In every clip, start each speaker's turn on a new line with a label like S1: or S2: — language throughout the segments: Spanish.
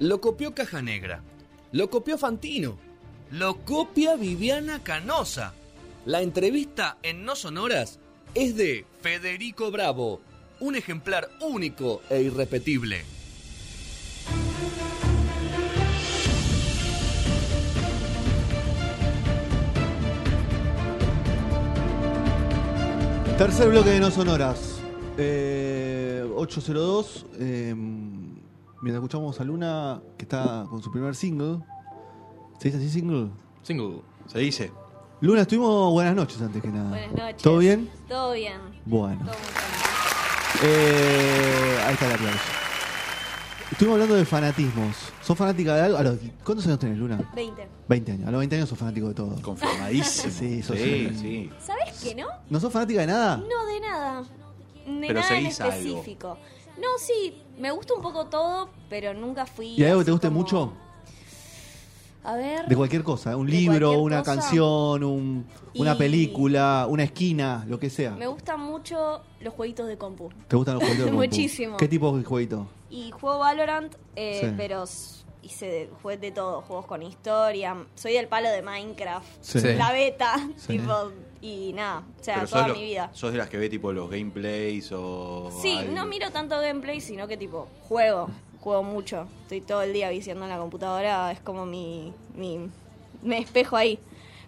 S1: Lo copió Caja Negra. Lo copió Fantino. Lo copia Viviana Canosa. La entrevista en No Sonoras es de Federico Bravo, un ejemplar único e irrepetible.
S2: Tercer bloque de No Sonoras. Eh, 802. eh, mientras escuchamos a Luna, que está con su primer single. ¿Se dice así single?
S3: Single. Se dice.
S2: Luna, estuvimos buenas noches antes que nada.
S4: Buenas noches.
S2: ¿Todo bien?
S4: Todo bien.
S2: Bueno.
S4: Todo muy tranquilo.
S2: Eh, ahí está el aplauso. Estuvimos hablando de fanatismos. ¿Sos fanática de algo? A los- ¿Cuántos años tenés, Luna?
S4: 20.
S2: 20 años. A los 20 años sos fanático de todo.
S3: Confirmadísimo.
S2: Sí, sos
S3: sí,
S2: un-
S3: sí.
S4: ¿Sabés qué no?
S2: ¿No sos fanática de nada?
S4: No, de nada. De
S3: Pero
S4: nada en
S3: seguís algo.
S4: específico. No, sí, me gusta un poco todo, pero nunca fui.
S2: ¿Y hay algo que
S4: así
S2: te guste
S4: como-
S2: mucho?
S4: A ver.
S2: De cualquier cosa. Un
S4: De
S2: libro,
S4: cualquier
S2: una
S4: cosa.
S2: canción, un- una
S4: Y-
S2: película, una esquina, lo que sea.
S4: Me gustan mucho los jueguitos de compu.
S2: ¿Te gustan los jueguitos? de compu?
S4: Muchísimo.
S2: ¿Qué tipo de jueguito?
S4: Y juego Valorant, eh,
S2: Sí.
S4: pero s- hice de, jugué de todo, juegos con historia. Soy del palo de Minecraft.
S2: Sí.
S4: La beta,
S2: Sí.
S4: tipo, y nada, o sea,
S3: Pero
S4: toda
S3: sos, lo-
S4: mi vida.
S3: sos de las que ve tipo los gameplays o.
S4: Sí,
S3: algo.
S4: no miro tanto gameplay, sino que tipo, juego, juego mucho. Estoy todo el día viciando en la computadora, es como mi, mi me espejo ahí.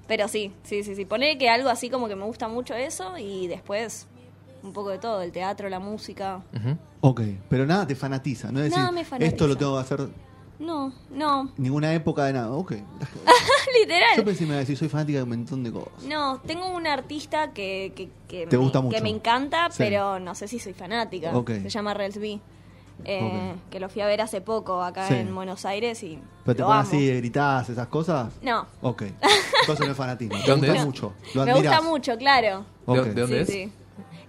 S4: Pero sí, sí, sí, sí. Poner que algo así como que me gusta mucho eso y después un poco de todo, el teatro, la música.
S2: Mm. Ok, pero nada te fanatiza, ¿no? Es
S4: Nada
S2: decir,
S4: me fanatiza.
S2: esto lo tengo que hacer
S4: No, no,
S2: ninguna época de nada. Ok. Yo
S4: literal.
S2: pensé que me iba a decir, soy fanática de un montón de cosas.
S4: No, tengo un artista que, que, que
S2: Te
S4: me,
S2: gusta
S4: que
S2: mucho.
S4: me encanta,
S2: Sí.
S4: pero no sé si soy fanática.
S2: Ok.
S4: Se llama Rels B. eh, Que lo fui a ver hace poco acá
S2: Sí.
S4: en Buenos Aires y
S2: Pero te
S4: lo
S2: pones
S4: amo.
S2: así, eh. gritás, esas cosas.
S4: No,
S2: Ok. Entonces no es fanatismo. Te
S5: ¿Dónde
S2: gusta
S5: es?
S2: mucho. Lo
S4: Me
S2: admirás.
S4: gusta mucho, claro.
S2: Ok.
S5: ¿De- de dónde
S4: Sí,
S5: es?
S4: sí.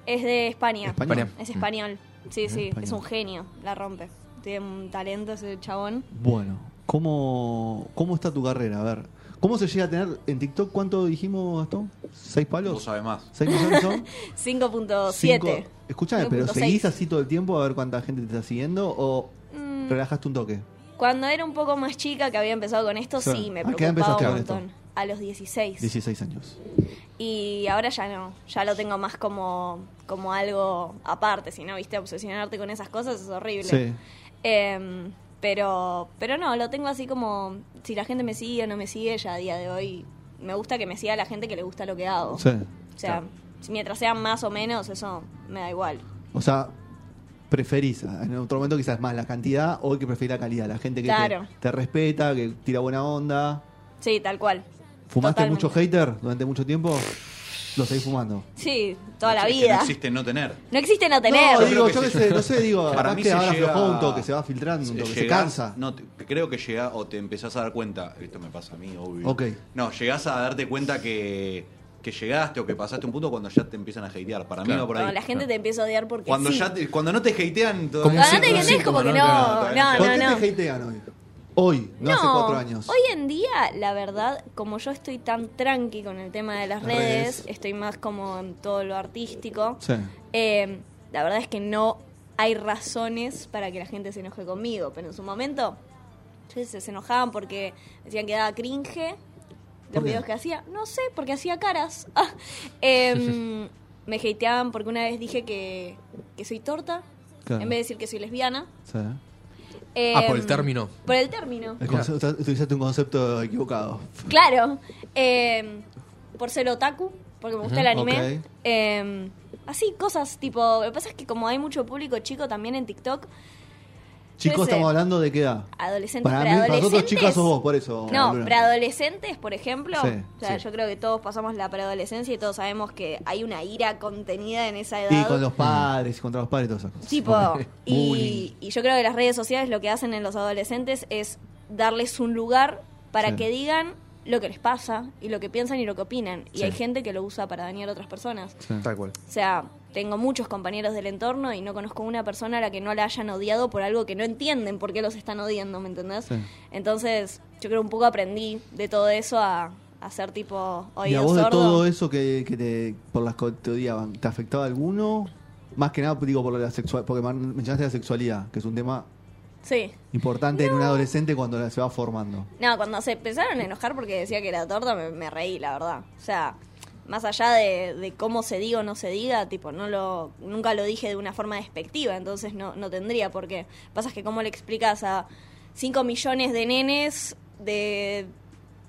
S4: Es de España.
S2: ¿Español?
S5: España.
S4: Es español. Sí, sí,
S2: Ah, Español.
S4: es un genio, la rompe. Tiene un talento ese chabón.
S2: Bueno, ¿cómo, ¿cómo está tu carrera? A ver, ¿cómo se llega a tener en TikTok? ¿Cuánto dijimos, Gastón? ¿Seis
S3: Vos
S2: palos?
S3: sabés más.
S2: ¿Seis millones son?
S4: 5.7.
S2: Cinco- Escuchame, pero
S4: 5.6.
S2: ¿seguís así todo el tiempo a ver cuánta gente te está siguiendo o relajaste un toque?
S4: Mm, Cuando era un poco más chica que había empezado con esto,
S2: Sí. Ah,
S4: sí, me
S2: ¿A qué edad
S4: preocupaba
S2: empezaste
S4: un
S2: con esto?
S4: montón. A los 16.
S2: 16 años.
S4: Y ahora ya no, ya lo tengo más como, como algo aparte, si no, viste, obsesionarte con esas cosas es horrible.
S2: Sí.
S4: Em, pero, pero no, lo tengo así como, si la gente me sigue o no me sigue, ya a día de hoy me gusta que me siga la gente que le gusta lo que hago.
S2: Sí.
S4: O sea, si mientras sean más o menos, eso me da igual.
S2: O sea, preferís, en otro momento quizás más la cantidad o que preferís la calidad, la gente que te-
S4: Claro.
S2: te, respeta, que tira buena onda.
S4: Sí, tal cual.
S2: ¿Fumaste
S4: Totalmente.
S2: mucho hater durante mucho tiempo? Lo seguís fumando.
S4: Sí, toda la
S3: Es que
S4: vida.
S3: No existe no tener.
S4: No existe no
S2: No,
S4: tener.
S3: creo
S2: digo,
S3: que
S2: yo qué
S3: se-
S2: sé, no sé, digo,
S3: Para
S2: para
S3: mí
S2: que
S3: se
S2: ahora
S3: llega-
S2: aflojó un toque, se va filtrando, un toque, se
S3: Eh, llegás-
S2: cansa.
S3: No, te- creo que llega o te empezás a dar cuenta. Esto me pasa a mí, obvio.
S2: Ok.
S3: No, llegás a darte cuenta que, que llegaste o que pasaste un punto cuando ya te empiezan a hatear. Para mí
S5: Claro.
S3: va por ahí.
S4: Cuando la gente te empieza a odiar porque
S3: cuando,
S4: sí.
S3: ya te- cuando no te hatean, todavía-
S5: Como un
S4: Cuando no te
S5: síntoma,
S4: entendés, como que
S5: síntoma, ¿no?
S4: no,
S3: Claro,
S4: no,
S2: ¿Por
S4: no,
S2: qué
S4: no.
S2: te hatean hoy? Hoy, no, hace cuatro años.
S4: Hoy en día, la verdad, como yo estoy tan tranqui con el tema de
S2: Las
S4: las redes,
S2: redes.
S4: estoy más como en todo lo artístico,
S2: Sí.
S4: eh, la verdad es que no hay razones para que la gente se enoje conmigo, pero en su momento sí, se se enojaban porque decían que daba cringe
S2: ¿Por
S4: los
S2: qué?
S4: videos que hacía. No sé, porque hacía caras. Ah, em, me hateaban porque una vez dije que, que soy torta,
S2: Claro.
S4: en vez de decir que soy lesbiana.
S2: Sí.
S5: Ah, por el
S4: Em,
S5: término.
S4: Por el término.
S2: El conce- usa- Utilizaste un concepto equivocado.
S4: Claro. eh, por ser otaku, porque me gusta el
S2: Ujú,
S4: anime.
S2: ok.
S4: Eh, así, cosas tipo. Lo que pasa es que como hay mucho público chico también en TikTok,
S2: Chicos,
S4: Yo sé.
S2: estamos hablando de qué edad.
S4: adolescentes,
S2: Para, mí, para
S4: preadolescentes.
S2: nosotros chicas sos vos, por eso.
S4: No,
S2: Luna.
S4: preadolescentes, por ejemplo.
S2: Sí,
S4: o sea,
S2: sí.
S4: yo creo que todos pasamos la preadolescencia y todos sabemos que hay una ira contenida en esa edad.
S2: Y con los padres, contra los padres y todas esas cosas.
S4: Tipo,
S2: Bullying.
S4: y, y yo creo que las redes sociales lo que hacen en los adolescentes es darles un lugar para
S2: Sí.
S4: que digan lo que les pasa y lo que piensan y lo que opinan. Y
S5: Sí.
S4: hay gente que lo usa para dañar a otras personas.
S2: Sí.
S5: Tal cual.
S4: O sea, tengo muchos compañeros del entorno y no conozco una persona a la que no la hayan odiado por algo que no entienden por qué los están odiando, ¿me entendés?
S2: Sí.
S4: Entonces, yo creo un poco aprendí de todo eso a, a ser tipo
S2: Y a
S4: oído
S2: vos de
S4: sordo.
S2: todo eso que, que te, por las que te odiaban, ¿te afectaba alguno? Más que nada, digo, por la sexual, porque man- mencionaste la sexualidad, que es un tema
S4: Sí.
S2: Importante en un adolescente cuando la- se va formando.
S4: No, cuando se empezaron a enojar porque decía que era torta, me, me reí, la verdad. O sea, más allá de, de cómo se diga o no se diga, tipo, no lo, nunca lo dije de una forma despectiva, entonces no, no tendría por qué. Pasa es que cómo le explicas a 5 millones de nenes de,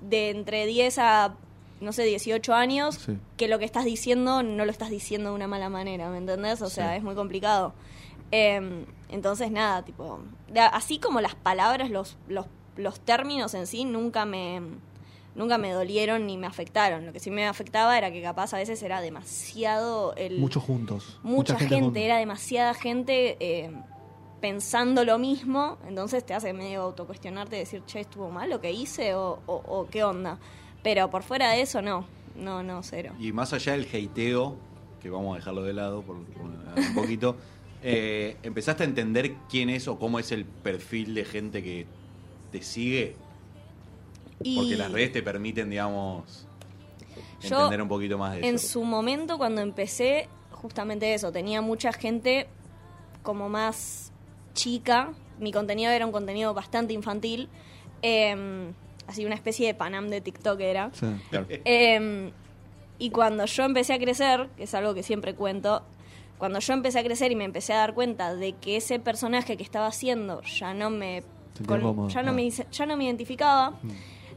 S4: de entre 10 a, no sé, 18 años,
S2: Sí.
S4: que lo que estás diciendo no lo estás diciendo de una mala manera, ¿me entendés? O sea,
S2: Sí.
S4: es muy complicado. Eh, entonces, nada, tipo, de- así como las palabras, los, los, los términos en sí nunca me, nunca me dolieron ni me afectaron. Lo que sí me afectaba era que capaz a veces era demasiado el...
S2: Muchos juntos.
S4: mucha, gente,
S2: junta.
S4: era demasiada gente eh, pensando lo mismo, entonces te hace medio autocuestionarte, decir, che, ¿estuvo mal lo que hice o, o- o qué onda? Pero por fuera de eso, no, no, no, cero.
S3: Y más allá del hateo, que vamos a dejarlo de lado por, por un poquito, eh, ¿empezaste a entender quién es o cómo es el perfil de gente que te sigue?
S4: Y
S3: Porque las redes te permiten, digamos,
S4: Yo,
S3: entender un poquito más de
S4: en
S3: eso.
S4: su momento cuando empecé, justamente eso, tenía mucha gente como más chica, mi contenido era un contenido bastante infantil, eh, así una especie de Panam de TikTok era.
S2: Sí, claro.
S4: Eh, y cuando yo empecé a crecer, que es algo que siempre cuento, cuando yo empecé a crecer y me empecé a dar cuenta de que ese personaje que estaba haciendo ya no me,
S2: Te incomoda,
S4: ya no
S2: claro.
S4: me hice- ya no me identificaba,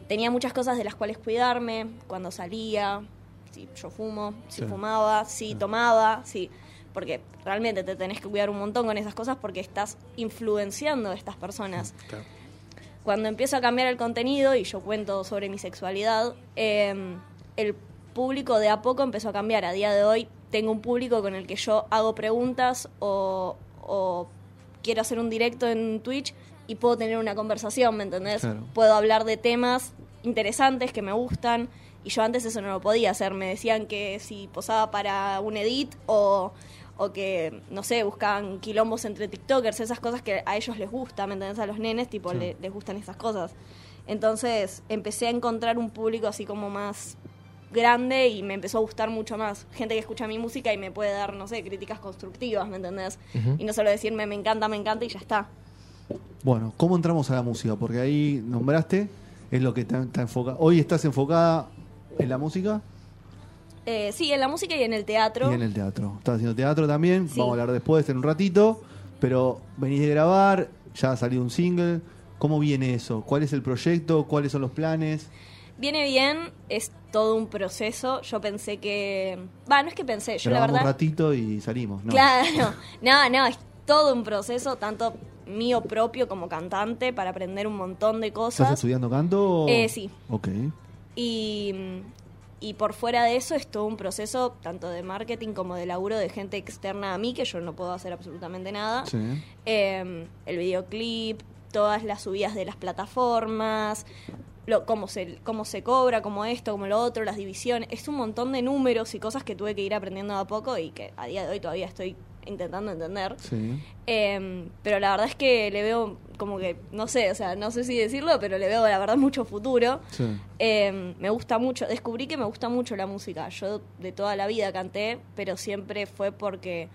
S4: tenía muchas cosas de las cuales cuidarme, cuando salía, si yo fumo, si
S2: Sí.
S4: fumaba, si tomaba, si porque realmente te tenés que cuidar un montón con esas cosas porque estás influenciando a estas personas cuando empiezo a cambiar el contenido y yo cuento sobre mi sexualidad, eh, el público de a poco empezó a cambiar. A día de hoy tengo un público con el que yo hago preguntas o, o quiero hacer un directo en Twitch y puedo tener una conversación, ¿me entendés?
S2: Claro.
S4: Puedo hablar de temas interesantes que me gustan. Y yo antes eso no lo podía hacer. Me decían que si posaba para un edit o, o que, no sé, buscaban quilombos entre TikTokers, esas cosas que a ellos les gusta, ¿me entendés? A los nenes, tipo,
S2: Sí.
S4: le- les gustan esas cosas. Entonces empecé a encontrar un público así como más grande y me empezó a gustar mucho más. Gente que escucha mi música y me puede dar, no sé, críticas constructivas, ¿me entendés? Y no solo decirme me encanta, me encanta y ya está.
S2: Bueno, ¿cómo entramos a la música? Porque ahí nombraste, es lo que te, enfoca. Hoy estás enfocada en la música
S4: Eh, sí, en la música y en el teatro.
S2: y en el teatro. Estás haciendo teatro también,
S4: Sí.
S2: vamos a hablar después en un ratito, pero venís de grabar, ya ha salido un single. ¿Cómo viene eso? ¿Cuál es el proyecto? ¿Cuáles son los planes?
S4: Viene bien, es todo un proceso. Yo pensé que... Va, no es que pensé, yo
S2: Grabamos
S4: la
S2: un
S4: verdad...
S2: ratito y salimos, ¿no?
S4: Claro, no, no, es todo un proceso, tanto mío propio como cantante, para aprender un montón de
S2: ¿Estás
S4: cosas.
S2: estudiando canto? o-
S4: Eh, sí.
S2: Ok.
S4: Y, y por fuera de eso es todo un proceso tanto de marketing como de laburo de gente externa a mí, que yo no puedo hacer absolutamente nada.
S2: Sí.
S4: Eh, el videoclip, todas las subidas de las plataformas, lo, cómo, se, cómo se cobra, como esto, como lo otro, las divisiones. Es un montón de números y cosas que tuve que ir aprendiendo de a poco y que a día de hoy todavía estoy intentando entender.
S2: Sí.
S4: Eh, pero la verdad es que le veo como que, no sé, o sea, no sé si decirlo, pero le veo la verdad mucho futuro.
S2: Sí.
S4: Eh, me gusta mucho, descubrí que me gusta mucho la música. Yo de toda la vida canté, pero siempre fue porque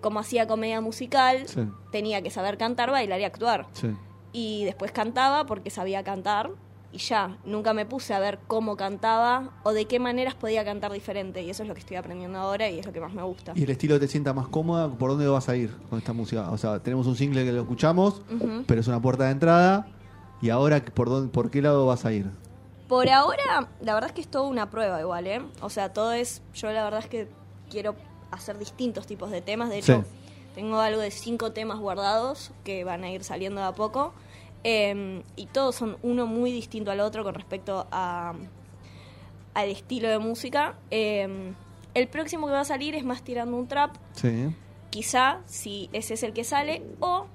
S4: como hacía comedia musical,
S2: Sí.
S4: tenía que saber cantar, bailar y actuar.
S2: Sí.
S4: Y después cantaba porque sabía cantar y ya, nunca me puse a ver cómo cantaba o de qué maneras podía cantar diferente. Y eso es lo que estoy aprendiendo ahora y es lo que más me gusta.
S2: y el estilo te sienta más cómoda, ¿por dónde vas a ir con esta música? O sea, tenemos un single que lo escuchamos,
S4: Ujú.
S2: pero es una puerta de entrada. ¿Y ahora por, dónde, por qué lado vas a ir?
S4: Por ahora, la verdad es que es toda una prueba igual, ¿eh? O sea, todo es... Yo la verdad es que quiero hacer distintos tipos de temas. De hecho,
S2: Sí.
S4: tengo algo de cinco temas guardados que van a ir saliendo de a poco. Eh, y todos son uno muy distinto al otro con respecto a, al estilo de música. Eh, el próximo que va a salir es más tirando un trap.
S2: Sí.
S4: Quizá, si ese es el que sale, o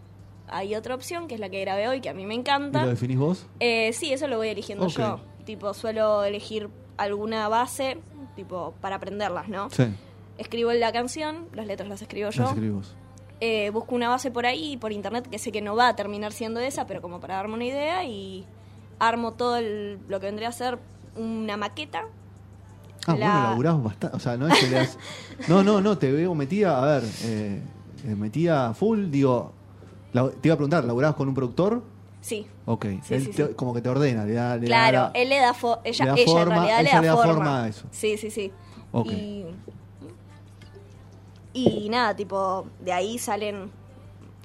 S4: hay otra opción, que es la que grabé hoy, que a mí me
S2: ¿Y
S4: encanta.
S2: lo definís vos?
S4: Eh, sí, eso lo voy eligiendo
S2: Ok.
S4: yo. Tipo, suelo elegir alguna base, tipo, para aprenderlas, ¿no?
S2: Sí.
S4: Escribo la canción, las letras las escribo yo.
S2: Lo escribís vos.
S4: Eh, busco una base por ahí, por internet, que sé que no va a terminar siendo esa, pero como para darme una idea y armo todo el- lo que vendría a ser una maqueta.
S2: Ah,
S4: La-
S2: bueno, laburás bastante. O sea, no es que le das- No, no, no, te veo metida, a ver, eh, eh, metida full, digo, La- te iba a preguntar, ¿laburabas con un productor?
S4: Sí.
S2: Ok.
S4: Sí,
S2: él
S4: sí,
S2: te-
S4: sí.
S2: como que te ordena, le da. le da
S4: Claro,
S2: la-
S4: él le da, fo- ella,
S2: le da
S4: ella
S2: forma,
S4: en realidad le
S2: ella
S4: da,
S2: le da
S4: forma.
S2: forma a eso.
S4: Sí, sí, sí.
S2: Ok.
S4: Y, y nada, tipo, de ahí salen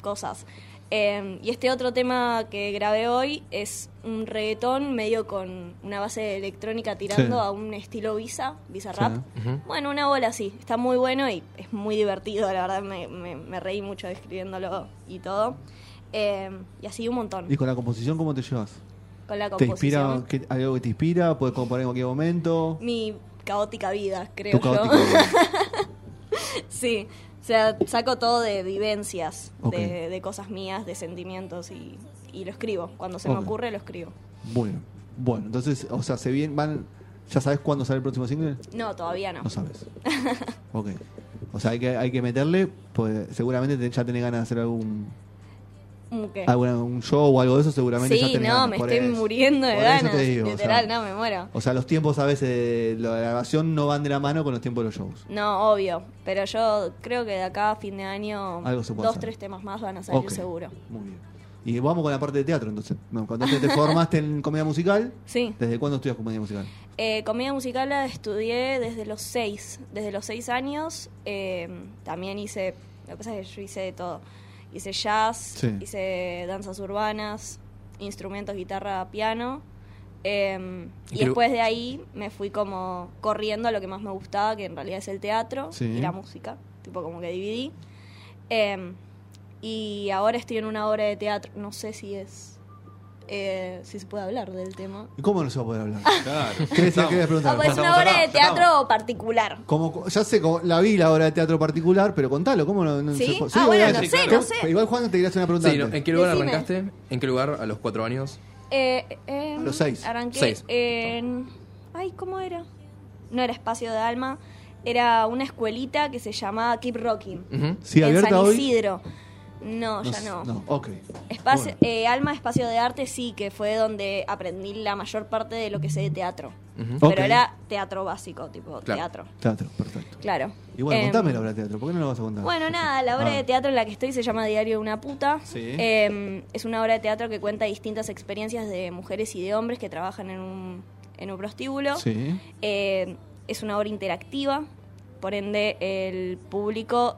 S4: cosas. Eh, y este otro tema que grabé hoy es un reggaetón medio con una base electrónica tirando
S2: Sí.
S4: a un estilo Visa, Visa Rap.
S5: Ujú.
S4: Bueno, una bola así, está muy bueno y es muy divertido, la verdad me, me- me reí mucho escribiéndolo y todo. Eh, y así un montón.
S2: ¿Y con la composición cómo te llevas?
S4: Con la
S2: ¿Te
S4: composición.
S2: inspira que- algo que te inspira? ¿Puedes componer en cualquier momento?
S4: mi caótica vida, creo
S2: Tu
S4: yo.
S2: caótico.
S4: sí, o sea, saco todo de vivencias,
S2: Ok.
S4: de, de cosas mías, de sentimientos y, y lo escribo. Cuando se
S2: Ok.
S4: me ocurre, lo escribo.
S2: bueno, bueno, entonces, o sea, se bien, van. ¿Ya sabes cuándo sale el próximo single?
S4: No, todavía no.
S2: No sabes. Ok. O sea, hay que, hay que meterle, pues seguramente te- ya tenés ganas de hacer algún,
S4: Mm, ¿qué?
S2: alguna- un show o algo de eso, seguramente Ah, ya
S4: Sí,
S2: tenés
S4: no,
S2: ganas,
S4: me
S2: por
S4: estoy
S2: eso.
S4: muriendo de
S2: Por eso
S4: ganas.
S2: te digo, o
S4: Literal,
S2: sea.
S4: no, me muero.
S2: O sea, los tiempos a veces de la grabación no van de la mano con los tiempos de los shows.
S4: No, obvio. Pero yo creo que de acá a fin de año,
S2: Algo se
S4: dos,
S2: puede hacer.
S4: tres temas más van a salir
S2: Ok,
S4: seguro.
S2: Muy bien. Y vamos con la parte de teatro, entonces. No, cuando te, te formaste en comedia musical,
S4: Sí.
S2: ¿desde cuándo estudias comedia musical?
S4: Eh, comedia musical la estudié desde los seis, desde los seis años. eh, también hice, lo que pasa es que yo hice de todo. Hice jazz,
S2: Sí.
S4: hice danzas urbanas, instrumentos, guitarra, piano. eh, y
S5: Pero-
S4: después de ahí me fui como corriendo a lo que más me gustaba, que en realidad es el teatro
S2: Sí.
S4: y la música, tipo como que dividí. Eh, y ahora estoy en una obra de teatro, no sé si es, eh, si se puede hablar del tema.
S2: ¿Y cómo no se va a poder hablar?
S3: Claro.
S2: ¿Qué le
S3: Estamos.
S2: querías preguntar?
S4: Ah, pues es una
S3: Estamos
S4: obra
S3: acá,
S4: de
S3: ya
S4: teatro
S3: estamos.
S4: particular.
S2: Como, ya sé, como- la vi la obra de teatro particular, pero contalo, ¿cómo no, no
S4: ¿Sí?
S2: se puede-
S4: Ah,
S2: voy a
S4: bueno,
S2: decir-
S3: no sé, no
S2: ¿Qué-
S4: sé.
S2: Igual Juan te quería hacer una pregunta.
S5: Sí, ¿no?
S2: antes.
S5: ¿en qué lugar
S4: Decime.
S5: arrancaste? ¿En qué lugar a los cuatro años?
S4: Eh, eh,
S2: A los seis.
S4: Arranqué
S5: Seis.
S4: en. Ay, ¿cómo era? No era espacio de alma. Era una escuelita que se llamaba Keep Rocking.
S5: Ujú.
S2: Sí,
S4: en
S2: abierta
S4: San
S2: hoy.
S4: Isidro. No, ya
S2: s-
S4: no.
S2: ok.
S4: Espacio-
S2: Bueno.
S4: eh, alma Espacio de Arte sí, que fue donde aprendí la mayor parte de lo que sé de teatro.
S5: Ujú.
S2: Ok.
S4: Pero era teatro básico, tipo
S5: Claro.
S4: teatro.
S2: Teatro, perfecto.
S4: Claro.
S2: Y bueno,
S4: Em,
S2: contame la obra de teatro, ¿por qué no la vas a contar?
S4: Bueno, nada, la obra
S2: Ah.
S4: de teatro en la que estoy se llama Diario de una puta.
S2: Sí.
S4: Eh, es una obra de teatro que cuenta distintas experiencias de mujeres y de hombres que trabajan en un, en un prostíbulo.
S2: Sí.
S4: Eh, es una obra interactiva, por ende el público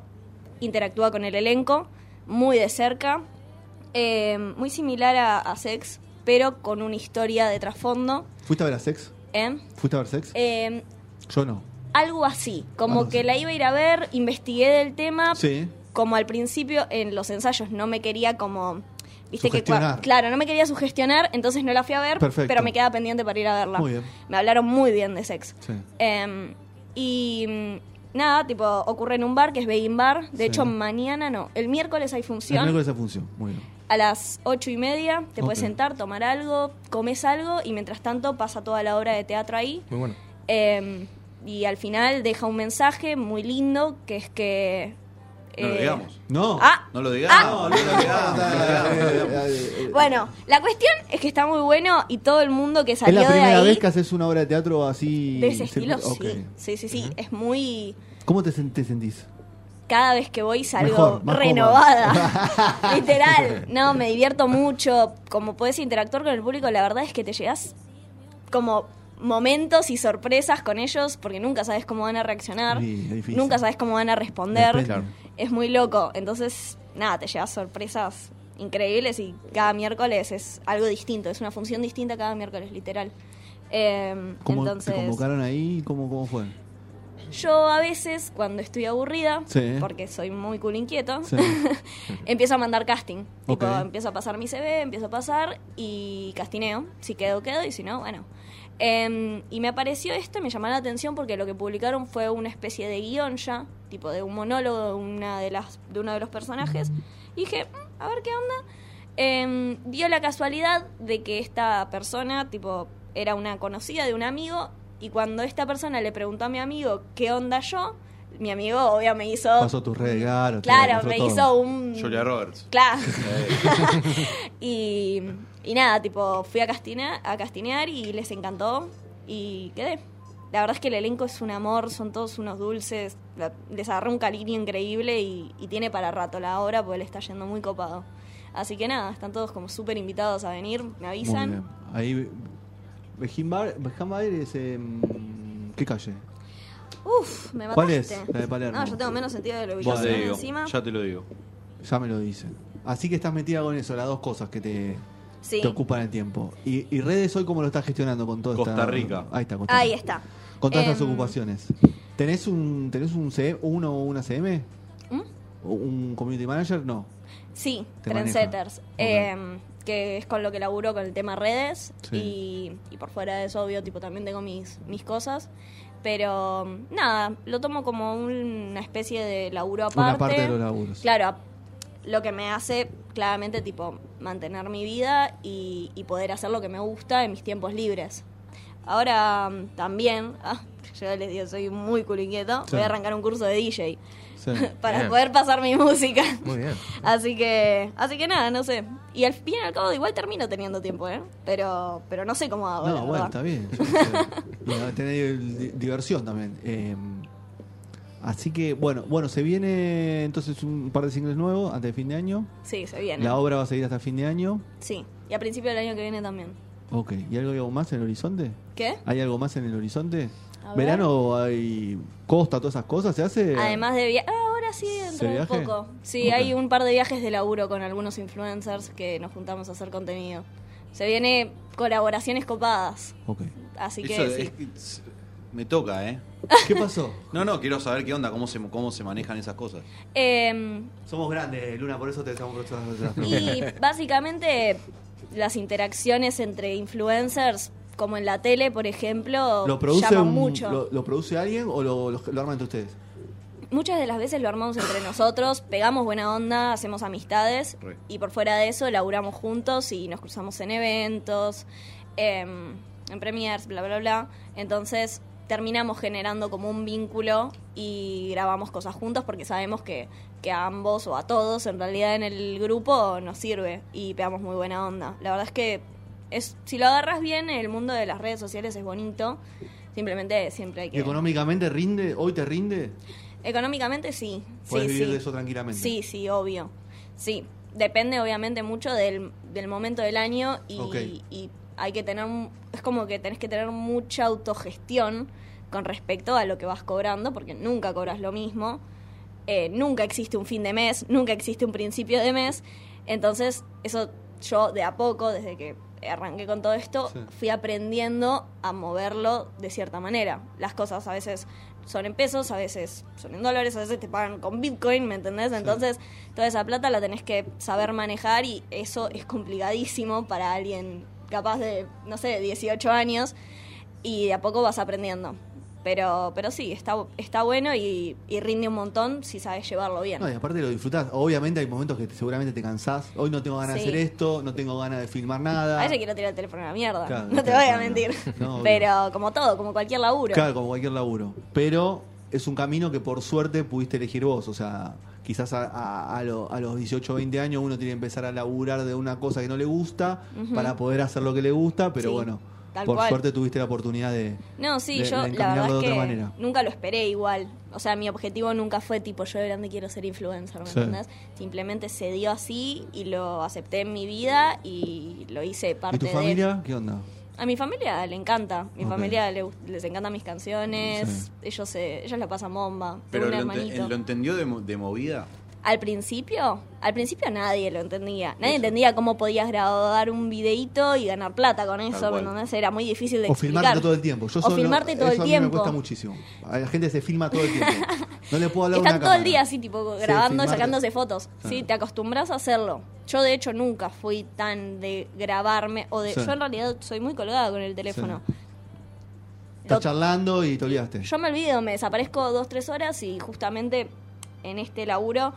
S4: interactúa con el elenco muy de cerca, eh, muy similar a, a Sex, pero con una historia de trasfondo.
S2: ¿Fuiste a ver a Sex?
S4: ¿eh?
S2: ¿Fuiste a ver Sex?
S4: Eh,
S2: Yo no.
S4: algo así, como
S2: Algo
S4: que
S2: así.
S4: la iba a ir a ver, investigué del tema,
S2: Sí.
S4: como al principio en los ensayos no me quería como viste que
S2: Sugestionar.
S4: cua- claro no me quería sugestionar entonces no la fui a ver
S2: Perfecto.
S4: pero me queda pendiente para ir a verla
S2: Muy bien.
S4: me hablaron muy bien de sex
S2: Sí.
S4: Em, y mm, nada tipo ocurre en un bar que es Begging Bar de
S2: Sí.
S4: hecho mañana no el miércoles hay
S2: El
S4: función
S2: miércoles esa función. Muy bien.
S4: a las ocho y media te puedes
S2: Ok.
S4: sentar tomar algo comes algo y mientras tanto pasa toda la obra de teatro ahí
S5: Muy bueno.
S4: Em, y al final deja un mensaje muy lindo que es que
S3: No lo
S4: eh,
S3: digamos.
S2: No.
S4: ah
S3: No lo digamos.
S2: No,
S3: No lo digamos. no lo digamos.
S4: Bueno, la cuestión es que está muy bueno y todo el mundo que
S2: ¿Es
S4: salió
S2: la
S4: de
S2: primera
S4: ahí
S2: vez que haces una obra de teatro así?
S4: de ese estilo,
S2: circu- Ok.
S4: sí. Sí, sí, sí. Es muy.
S2: ¿Cómo te, sen- te sentís?
S4: Cada vez que voy salgo
S2: Mejor, más
S4: renovada. Literal. No, me divierto mucho. Como puedes interactuar con el público, la verdad es que te llegas como momentos y sorpresas con ellos porque nunca sabes cómo van a reaccionar.
S2: Sí, es difícil.
S4: Nunca sabes cómo van a responder.
S2: Depende. Claro.
S4: Es muy loco. Entonces, nada, te llevas sorpresas increíbles y cada miércoles es algo distinto. Es una función distinta cada miércoles, literal. Eh,
S2: ¿Cómo
S4: entonces,
S2: te convocaron ahí? ¿Cómo, cómo fue?
S4: yo a veces, cuando estoy aburrida,
S2: Sí.
S4: porque soy muy culo inquieto,
S2: Sí.
S4: empiezo a mandar casting. Tipo,
S2: Ok.
S4: empiezo a pasar mi CV, empiezo a pasar y castineo. Si quedo, quedo y si no, bueno. Em, y me apareció esto y me llamó la atención porque lo que publicaron fue una especie de guión ya, tipo de un monólogo de, una de, las, de uno de los personajes. Y dije, "Mm, a ver qué onda. Em, dio la casualidad de que esta persona, tipo, era una conocida de un amigo y cuando esta persona le preguntó a mi amigo qué onda yo, mi amigo obvio me hizo...
S2: Pasó tus redes, claro.
S4: Claro,
S2: todo,
S4: me
S2: pasó
S4: hizo
S2: todo.
S4: un...
S3: Julia Roberts.
S4: Claro. y, y nada, tipo, fui a, castina, a castinear y les encantó y quedé. La verdad es que el elenco es un amor, son todos unos dulces, la- les agarró un cariño increíble y, y tiene para rato la obra porque le está yendo muy copado. Así que nada, están todos como súper invitados a venir, me
S2: Muy bien.
S4: avisan.
S2: Ahí. Bejimbal- Bejimbal es. em, ¿Qué calle?
S4: Uf, me mataste.
S2: ¿Cuál es? La de Palermo.
S4: No, yo tengo menos sentido de la
S3: Ya
S4: ubicación
S3: te digo,
S4: encima.
S3: ya te lo digo.
S2: Ya me lo dicen. Así que estás metida con eso, las dos cosas que te,
S4: Sí.
S2: te ocupan el tiempo. Y, y redes hoy cómo lo estás gestionando con todo
S3: Costa Rica.
S2: Ahí está, Costa
S4: Ahí
S2: Rica.
S4: está.
S2: Con todas estas
S4: Em,
S2: ocupaciones. ¿Tenés un tenés un CM, uno o una CM?
S4: ¿Mm?
S2: ¿O ¿Un community manager? No.
S4: Sí,
S2: Te
S4: Trendsetters,
S2: maneja.
S4: eh, que es con lo que laburo con el tema redes
S2: Sí.
S4: y, y por fuera de eso, obvio, tipo también tengo mis, mis cosas. Pero nada, lo tomo como una especie de laburo aparte.
S2: Una parte de los laburos.
S4: Claro, a- lo que me hace claramente tipo mantener mi vida y, y poder hacer lo que me gusta en mis tiempos libres. Ahora mm, también, ah, yo les digo, soy muy culinquieto,
S2: Sí.
S4: voy a arrancar un curso de DJ
S2: Sí.
S4: para
S5: Bien.
S4: poder pasar mi música.
S5: Muy bien.
S4: Así que, así que nada, no sé. Y al fin y al cabo igual termino teniendo tiempo, ¿eh? Pero, pero no sé cómo hago. la
S2: no, bueno,
S4: verdad.
S2: está bien. Yo qué sé. Y Tener di- diversión también. Eh, así que, bueno, bueno, se viene entonces un par de singles nuevos antes de fin de año.
S4: Sí, se viene.
S2: La obra va a seguir hasta fin de año.
S4: Sí. Y a principio del año que viene también.
S2: Ok, ¿y algo, algo más en el horizonte?
S4: ¿Qué?
S2: ¿Hay algo más en el horizonte?
S4: A ver.
S2: ¿Verano hay costa, todas esas cosas? ¿Se hace?
S4: Además de viaje. ahora sí,
S2: Eh, ¿Se
S4: dentro de un
S2: viaje?
S4: poco. Sí,
S2: Ok.
S4: hay un par de viajes de laburo con algunos influencers que nos juntamos a hacer contenido. Se viene colaboraciones copadas.
S2: Ok.
S4: Así
S3: Eso
S4: que. sí.
S3: es que es- me toca, ¿eh?
S2: ¿Qué pasó?
S3: No, no, quiero saber qué onda, cómo se, cómo se manejan esas cosas.
S4: Em,
S2: Somos grandes, eh, Luna, por eso te estamos
S4: Y básicamente las interacciones entre influencers, como en la tele, por ejemplo,
S2: ¿Lo produce,
S4: llaman
S2: un-
S4: mucho.
S2: lo, lo produce alguien o lo, lo- lo arman entre ustedes?
S4: Muchas de las veces lo armamos entre nosotros, pegamos buena onda, hacemos amistades
S3: Re.
S4: y por fuera de eso laburamos juntos y nos cruzamos en eventos, em, en premiers, bla, bla, bla. Entonces terminamos generando como un vínculo y grabamos cosas juntos porque sabemos que, que a ambos o a todos en realidad en el grupo nos sirve y pegamos muy buena onda. La verdad es que es, si lo agarras bien, el mundo de las redes sociales es bonito. Simplemente siempre hay
S2: ¿Y
S4: que...
S2: económicamente rinde? ¿Hoy te rinde?
S4: Económicamente sí.
S2: Podés
S4: sí,
S2: vivir
S4: sí.
S2: de eso tranquilamente.
S4: Sí, sí, obvio. Sí, depende obviamente mucho del, del momento del año y,
S2: Ok.
S4: y hay que tener, un- es como que tenés que tener mucha autogestión con respecto a lo que vas cobrando, porque nunca cobras lo mismo, Eh, nunca existe un fin de mes, nunca existe un principio de mes, entonces eso yo de a poco, desde que arranqué con todo esto,
S2: Sí.
S4: fui aprendiendo a moverlo de cierta manera. Las cosas a veces son en pesos, a veces son en dólares, a veces te pagan con Bitcoin, ¿me entendés? Entonces, toda esa plata la tenés que saber manejar y eso es complicadísimo para alguien capaz de, no sé, 18 años y de a poco vas aprendiendo. Pero, pero sí, está, está bueno y, y rinde un montón si sabes llevarlo bien.
S2: No, y aparte lo disfrutás. Obviamente hay momentos que te- seguramente te cansás. Hoy no tengo ganas de
S4: Sí.
S2: hacer esto, no tengo ganas de filmar nada.
S4: A veces quiero tirar el teléfono a la mierda,
S2: Ah. Claro,
S4: no te
S2: claro,
S4: voy a
S2: no,
S4: mentir.
S2: no, no, obvio.
S4: pero como todo, como cualquier laburo.
S2: Claro, como cualquier laburo. Pero es un camino que por suerte pudiste elegir vos. O sea, quizás a, a- a lo- a los 18 o 20 años uno tiene que empezar a laburar de una cosa que no le gusta para poder hacer lo que le gusta, pero
S4: Sí,
S2: bueno,
S4: tal
S2: por
S4: cual.
S2: suerte tuviste la oportunidad de...
S4: No, sí,
S2: de- de
S4: yo la verdad
S2: encaminarlo de
S4: es que
S2: otra manera.
S4: nunca lo esperé igual. O sea, mi objetivo nunca fue tipo yo de grande quiero ser influencer, ¿me
S2: Sí.
S4: entendés? Simplemente se dio así y lo acepté en mi vida y lo hice
S2: ¿Y
S4: parte
S2: tu
S4: de...
S2: familia? ¿Qué onda?
S4: A mi familia le encanta, mi
S2: Ok.
S4: familia le gust- les encantan mis canciones,
S2: Sí.
S4: ellos se, ellos la pasan bomba. Tengo
S3: Pero
S4: un
S3: lo, ente-
S4: hermanito.
S3: lo entendió de, mo- de movida.
S4: Al principio, al principio nadie lo entendía. Nadie entendía cómo podías grabar un videíto y ganar plata con eso,
S3: cual.
S4: ¿entendés? Era muy difícil de
S2: O
S4: explicar.
S2: filmarte todo el tiempo. Yo
S4: o
S2: solo-
S4: filmarte todo
S2: eso
S4: el
S2: a mí
S4: tiempo.
S2: me cuesta muchísimo. A la gente se filma todo el tiempo. No le puedo hablar a
S4: Están
S2: una
S4: todo el
S2: cámara. Ah.
S4: día así, tipo, grabando,
S2: filmarte.
S4: sacándose fotos. Sí,
S2: Claro.
S4: te acostumbras a hacerlo. Yo, de hecho, nunca fui tan de grabarme. o de
S2: Sí.
S4: Yo, en realidad, soy muy colgada con el teléfono.
S2: Estás charlando y te olvidaste.
S4: Yo me olvido, me desaparezco dos, tres horas y justamente en este laburo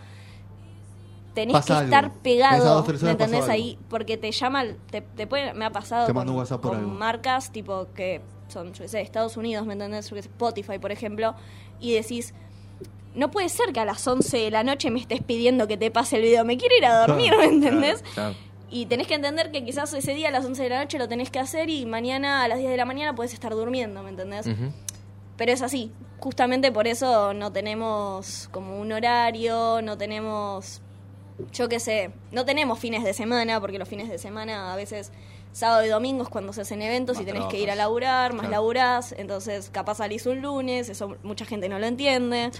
S4: tenés
S2: Pasa
S4: que
S2: algo.
S4: estar pegado,
S2: Esas dos, tres
S4: ¿me
S2: horas
S4: entendés?
S2: pasó algo.
S4: Ahí, porque te llama, te, te pueden- me ha pasado
S2: Te
S4: con,
S2: manda un WhatsApp por
S4: con
S2: algo.
S4: marcas tipo que son, yo qué sé, Estados Unidos, ¿me entendés? Yo qué sé, Spotify, por ejemplo, y decís, no puede ser que a las 11 de la noche me estés pidiendo que te pase el video, me quiero ir a dormir,
S2: Claro,
S4: ¿me entendés?
S5: Claro.
S4: Y tenés que entender que quizás ese día a las 11 de la noche lo tenés que hacer y mañana a las 10 de la mañana puedes estar durmiendo, ¿me entendés?
S5: Ujú.
S4: Pero es así, justamente por eso no tenemos como un horario, no tenemos, yo qué sé, no tenemos fines de semana, porque los fines de semana a veces sábado y domingo es cuando se hacen eventos
S3: Más
S4: y tenés que
S3: trabajas.
S4: ir a laburar, más
S5: Claro.
S4: laburás, entonces capaz salís un lunes, eso mucha gente no lo entiende.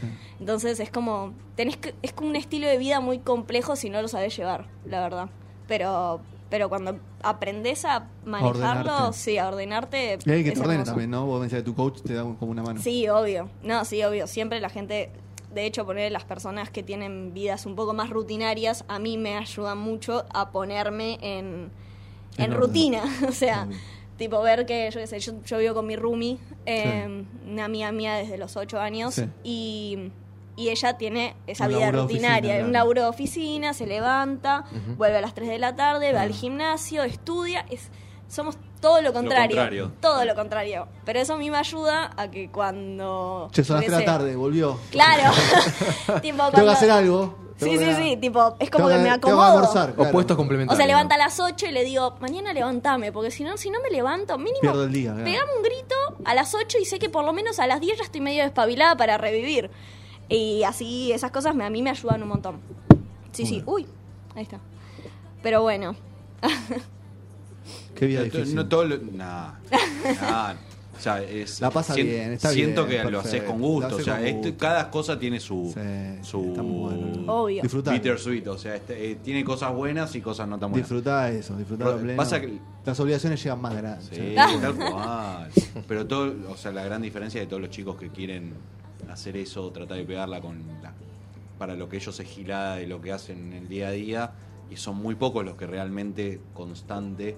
S4: Entonces es como, tenés que, es como un estilo de vida muy complejo si no lo sabés llevar, la verdad. Pero, pero cuando aprendes a manejarlo,
S2: ordenarte.
S4: sí, a ordenarte.
S2: Y hay que
S4: es
S2: te ordene
S4: hermoso.
S2: también, ¿no? Vos me decías que tu coach te da un- como una mano.
S4: Sí, obvio. No, sí, obvio. Siempre la gente, de hecho, poner las personas que tienen vidas un poco más rutinarias, a mí me ayuda mucho a ponerme en,
S2: En
S4: en
S2: orden.
S4: rutina. O sea,
S2: Bien.
S4: tipo ver que, yo qué sé, yo, yo vivo con mi roomie, eh, una amiga mía desde los ocho años,
S2: Sí.
S4: y, y ella tiene esa
S2: Un
S4: vida
S2: laburo de oficina,
S4: rutinaria.
S2: claro.
S4: Un laburo de oficina, se levanta, vuelve a las 3 de la tarde, va al gimnasio, estudia. Es, somos todo lo contrario.
S3: contrario.
S4: Todo lo contrario. Pero eso a mí me ayuda a que cuando.
S2: Che, son las
S4: yo qué
S2: 3 de la
S4: sé.
S2: tarde, volvió.
S4: Claro. tipo,
S2: Tengo
S4: cuando-
S2: que hacer algo.
S4: Sí,
S2: Tengo
S4: sí,
S2: que-
S4: sí. Tipo, es como
S2: tengo
S4: que me
S2: tengo
S4: acomodo.
S2: almorzar, claro.
S5: Opuestos
S4: O
S5: complementarios.
S4: sea, levanta a las 8 y le digo, mañana levantame, porque si no, si no me levanto, mínimo.
S2: Pierdo el día, claro.
S4: Pegame un grito a las 8 y sé que por lo menos a las 10 ya estoy medio despabilada para revivir. Y así, esas cosas me- a mí me ayudan un montón. Sí, sí. Uy, ahí está. Pero bueno.
S2: Qué vida
S3: No, to-
S2: difícil.
S3: no todo lo- nah, nah. O sea, es-
S2: La pasa
S3: sien-
S2: bien, está
S3: Siento
S2: bien,
S3: que lo haces
S2: perfecto.
S3: con
S2: Lo
S3: gusto. O
S2: haces
S3: sea,
S2: con
S3: esto-
S2: gusto.
S3: cada cosa tiene su.
S2: Sí,
S3: su
S2: está muy bueno.
S4: Obvio.
S2: Disfrutar.
S3: bittersweet. O sea, este, eh, tiene cosas buenas y cosas no tan buenas.
S2: Disfrutá eso, disfrutá
S3: Pero
S2: lo pleno.
S3: pasa que-
S2: Las obligaciones llegan más grandes.
S3: Sí, tal cual. Pero todo, o sea, la gran diferencia de todos los chicos que quieren hacer eso, tratar de pegarla con la, para lo que ellos es gilada de lo que hacen en el día a día, y son muy pocos los que realmente constante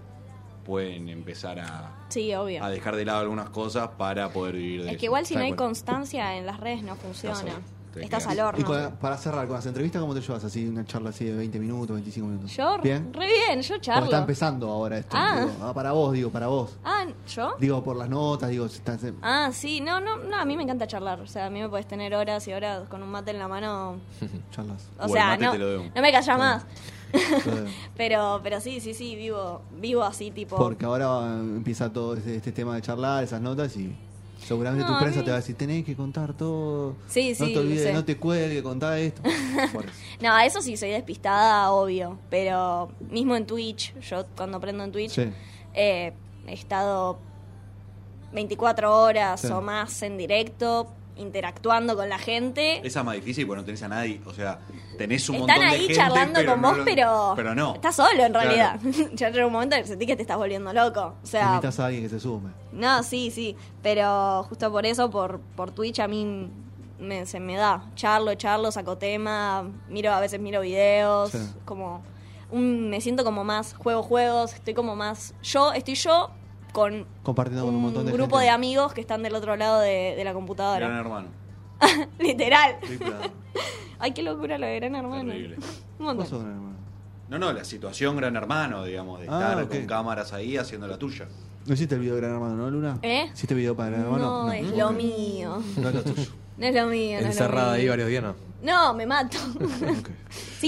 S3: pueden empezar a,
S4: Sí, obvio.
S3: a dejar de lado algunas cosas para poder vivir de
S4: Es
S3: eso.
S4: que igual si
S5: Tal
S4: no hay
S5: cual.
S4: constancia en las redes no funciona.
S3: te
S4: Estás
S3: quedas.
S4: al
S2: Y
S4: horno.
S2: con- para cerrar, con las entrevistas, ¿cómo te llevas? Así, una charla así de 20 minutos, 25 minutos.
S4: Yo,
S2: ¿Bien?
S4: re bien,
S2: Porque
S4: yo
S2: está
S4: charlo.
S2: empezando ahora esto.
S4: Ah.
S2: digo, ah, para vos, digo, para vos.
S4: Ah, ¿yo?
S2: Digo, por las notas, digo, si estás en-
S4: Ah, sí, no, no, no, a mí me encanta charlar. O sea, a mí me puedes tener horas y horas con un mate en la mano.
S2: charlas.
S4: O
S3: O el
S4: sea,
S3: mate
S4: no,
S3: te lo debo.
S4: no me callas más.
S2: Claro.
S4: Pero, pero sí, sí, sí, vivo, vivo así, tipo.
S2: Porque ahora eh, empieza todo este, este tema de charlar, esas notas y seguramente
S4: No,
S2: tu
S4: a
S2: prensa
S4: mí-
S2: te va a decir, tenés que contar todo.
S4: Sí,
S2: no
S4: sí,
S2: te olvides,
S4: sé.
S2: no te cuelgues, contá esto. Bueno,
S4: No, eso sí, soy despistada, obvio. Pero mismo en Twitch, yo cuando prendo en Twitch,
S2: sí.
S4: eh, he estado 24 horas
S2: Sí.
S4: o más en directo, interactuando con la gente.
S3: Esa es más difícil porque no tenés a nadie. O sea, tenés un
S4: Están
S3: montón de
S4: ahí
S3: gente,
S4: charlando
S3: pero
S4: con
S3: no
S4: vos,
S3: lo-
S4: pero,
S3: Pero no.
S4: Estás solo, en
S3: Claro.
S4: realidad. ya llega un momento que sentí que te estás volviendo loco. O sea,
S2: Invitas a alguien que se sume.
S4: no, sí, sí. Pero justo por eso, por, por Twitch, a mí me- se me da. Charlo, charlo, saco tema. Miro, a veces miro videos.
S2: Sí.
S4: Como. un- me siento como más. Juego juegos. Estoy como más. Yo, estoy yo con
S2: Compartiendo con un montón de
S4: grupo
S2: gente.
S4: de amigos que están del otro lado de, de la
S3: Gran
S4: computadora.
S3: hermano.
S4: Literal.
S2: Sí, claro.
S4: Ay, qué locura lo de Gran Hermano.
S3: Terrible.
S4: Un montón.
S2: Vos sos un hermano.
S3: No, no, la situación gran hermano, digamos, de
S2: Ah,
S3: estar
S2: ok.
S3: con cámaras ahí haciendo la tuya.
S2: No hiciste el video de Gran Hermano, ¿no, Luna?
S4: ¿Eh?
S2: ¿Hiciste video para Gran
S4: No,
S2: Hermano?
S4: es lo
S2: ok.
S4: mío.
S2: No es lo tuyo.
S4: No es lo mío. no es lo
S5: Encerrada ahí
S4: mío.
S5: varios días, ¿no?
S4: No, me mato.
S2: Ok.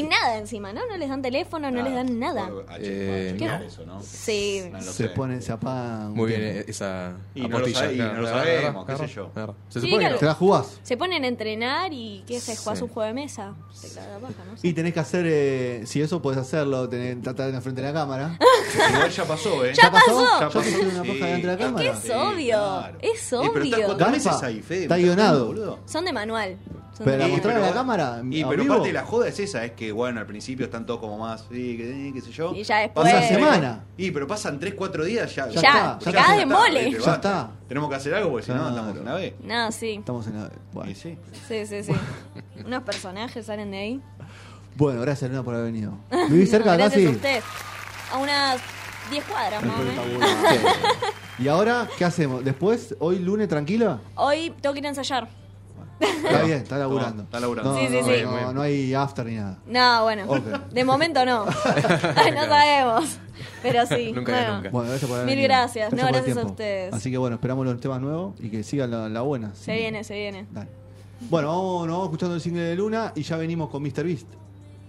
S4: Sin nada encima, ¿no? No les dan teléfono, no les dan nada.
S3: Bueno, a
S5: Eh,
S3: chequear
S4: ¿Qué?
S3: eso, ¿no?
S4: Sí.
S3: No lo
S2: Se
S3: sé.
S2: pone, se apaga. un
S5: Muy bien,
S2: tiempo.
S5: eh, esa
S3: Y no lo
S5: apostilla.
S3: sabe- y
S5: claro,
S3: no lo
S5: la verdad,
S3: sabemos,
S5: la
S3: qué
S5: verdad,
S3: sé yo.
S5: la verdad. Se
S4: Sí,
S5: supone
S4: claro.
S2: Te
S5: que no.
S2: la jugás.
S4: Se ponen a entrenar y ¿qué se jugás
S5: Sí.
S4: un juego de mesa? Teclado de paja, no sé.
S2: Y tenés que hacer, eh, si eso podés hacerlo, tenés, tratar de frente a la cámara.
S3: Igual ya pasó, ¿eh?
S4: Ya pasó.
S2: ¿Ya
S3: Ya
S2: te hicieron una
S3: Sí.
S2: paja delante de la
S3: Es que
S2: cámara?
S4: es obvio, es
S3: Y, pero estás
S4: obvio.
S3: cuatro meses
S2: Garpa,
S3: ahí, Fede.
S2: está
S3: ¿me estás
S2: guionado.
S3: jodiendo, boludo?
S4: Son de manual. Son
S2: Pero
S4: de
S2: la
S3: Y,
S4: manual.
S2: mostrás a la cámara,
S3: Y
S2: a
S3: pero
S2: vivo.
S3: parte de la joda es esa, es que bueno, al principio están todos como más, sí, eh, qué, qué sé yo.
S4: Y ya después-
S2: Una semana.
S3: Y pero pasan 3, 4 días ya.
S2: Ya Ya, te
S4: cagás de mole.
S3: viste,
S2: Ya
S3: basta.
S2: está.
S3: Tenemos que hacer algo porque si no
S2: Claro.
S3: andamos una vez.
S4: No, sí.
S2: Estamos en la. Bueno,
S3: Y sí.
S4: Sí, sí, sí. Unos personajes salen de ahí.
S2: Bueno, gracias, Luna, por haber venido. Viví cerca,
S4: Gracias
S2: casi.
S4: a ustedes. A unas 10 cuadras más o menos.
S2: ¿Y ahora qué hacemos? ¿Después? ¿Hoy lunes tranquila?
S4: Hoy tengo que ir a ensayar.
S2: Está bien, está laburando.
S3: está laburando.
S2: No,
S4: Sí, sí,
S2: no,
S4: sí.
S2: No, no hay after ni nada.
S4: No, bueno.
S2: Ok.
S4: De momento no. no sabemos. Pero sí.
S5: Nunca digas
S4: bueno.
S5: nunca.
S2: Bueno, gracias por haber
S4: Mil
S2: venido.
S4: gracias. No,
S2: por el
S4: gracias a
S2: tiempo.
S4: ustedes.
S2: Así que bueno, esperamos los temas nuevos y que siga la, la buena. Sí.
S4: Se viene, se viene.
S2: Dale. Bueno, vamos, nos vamos escuchando el single de Luna y ya venimos con Mr. Beast.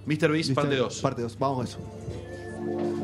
S3: Mr. Beast, parte 2.
S2: Parte 2, vamos a eso.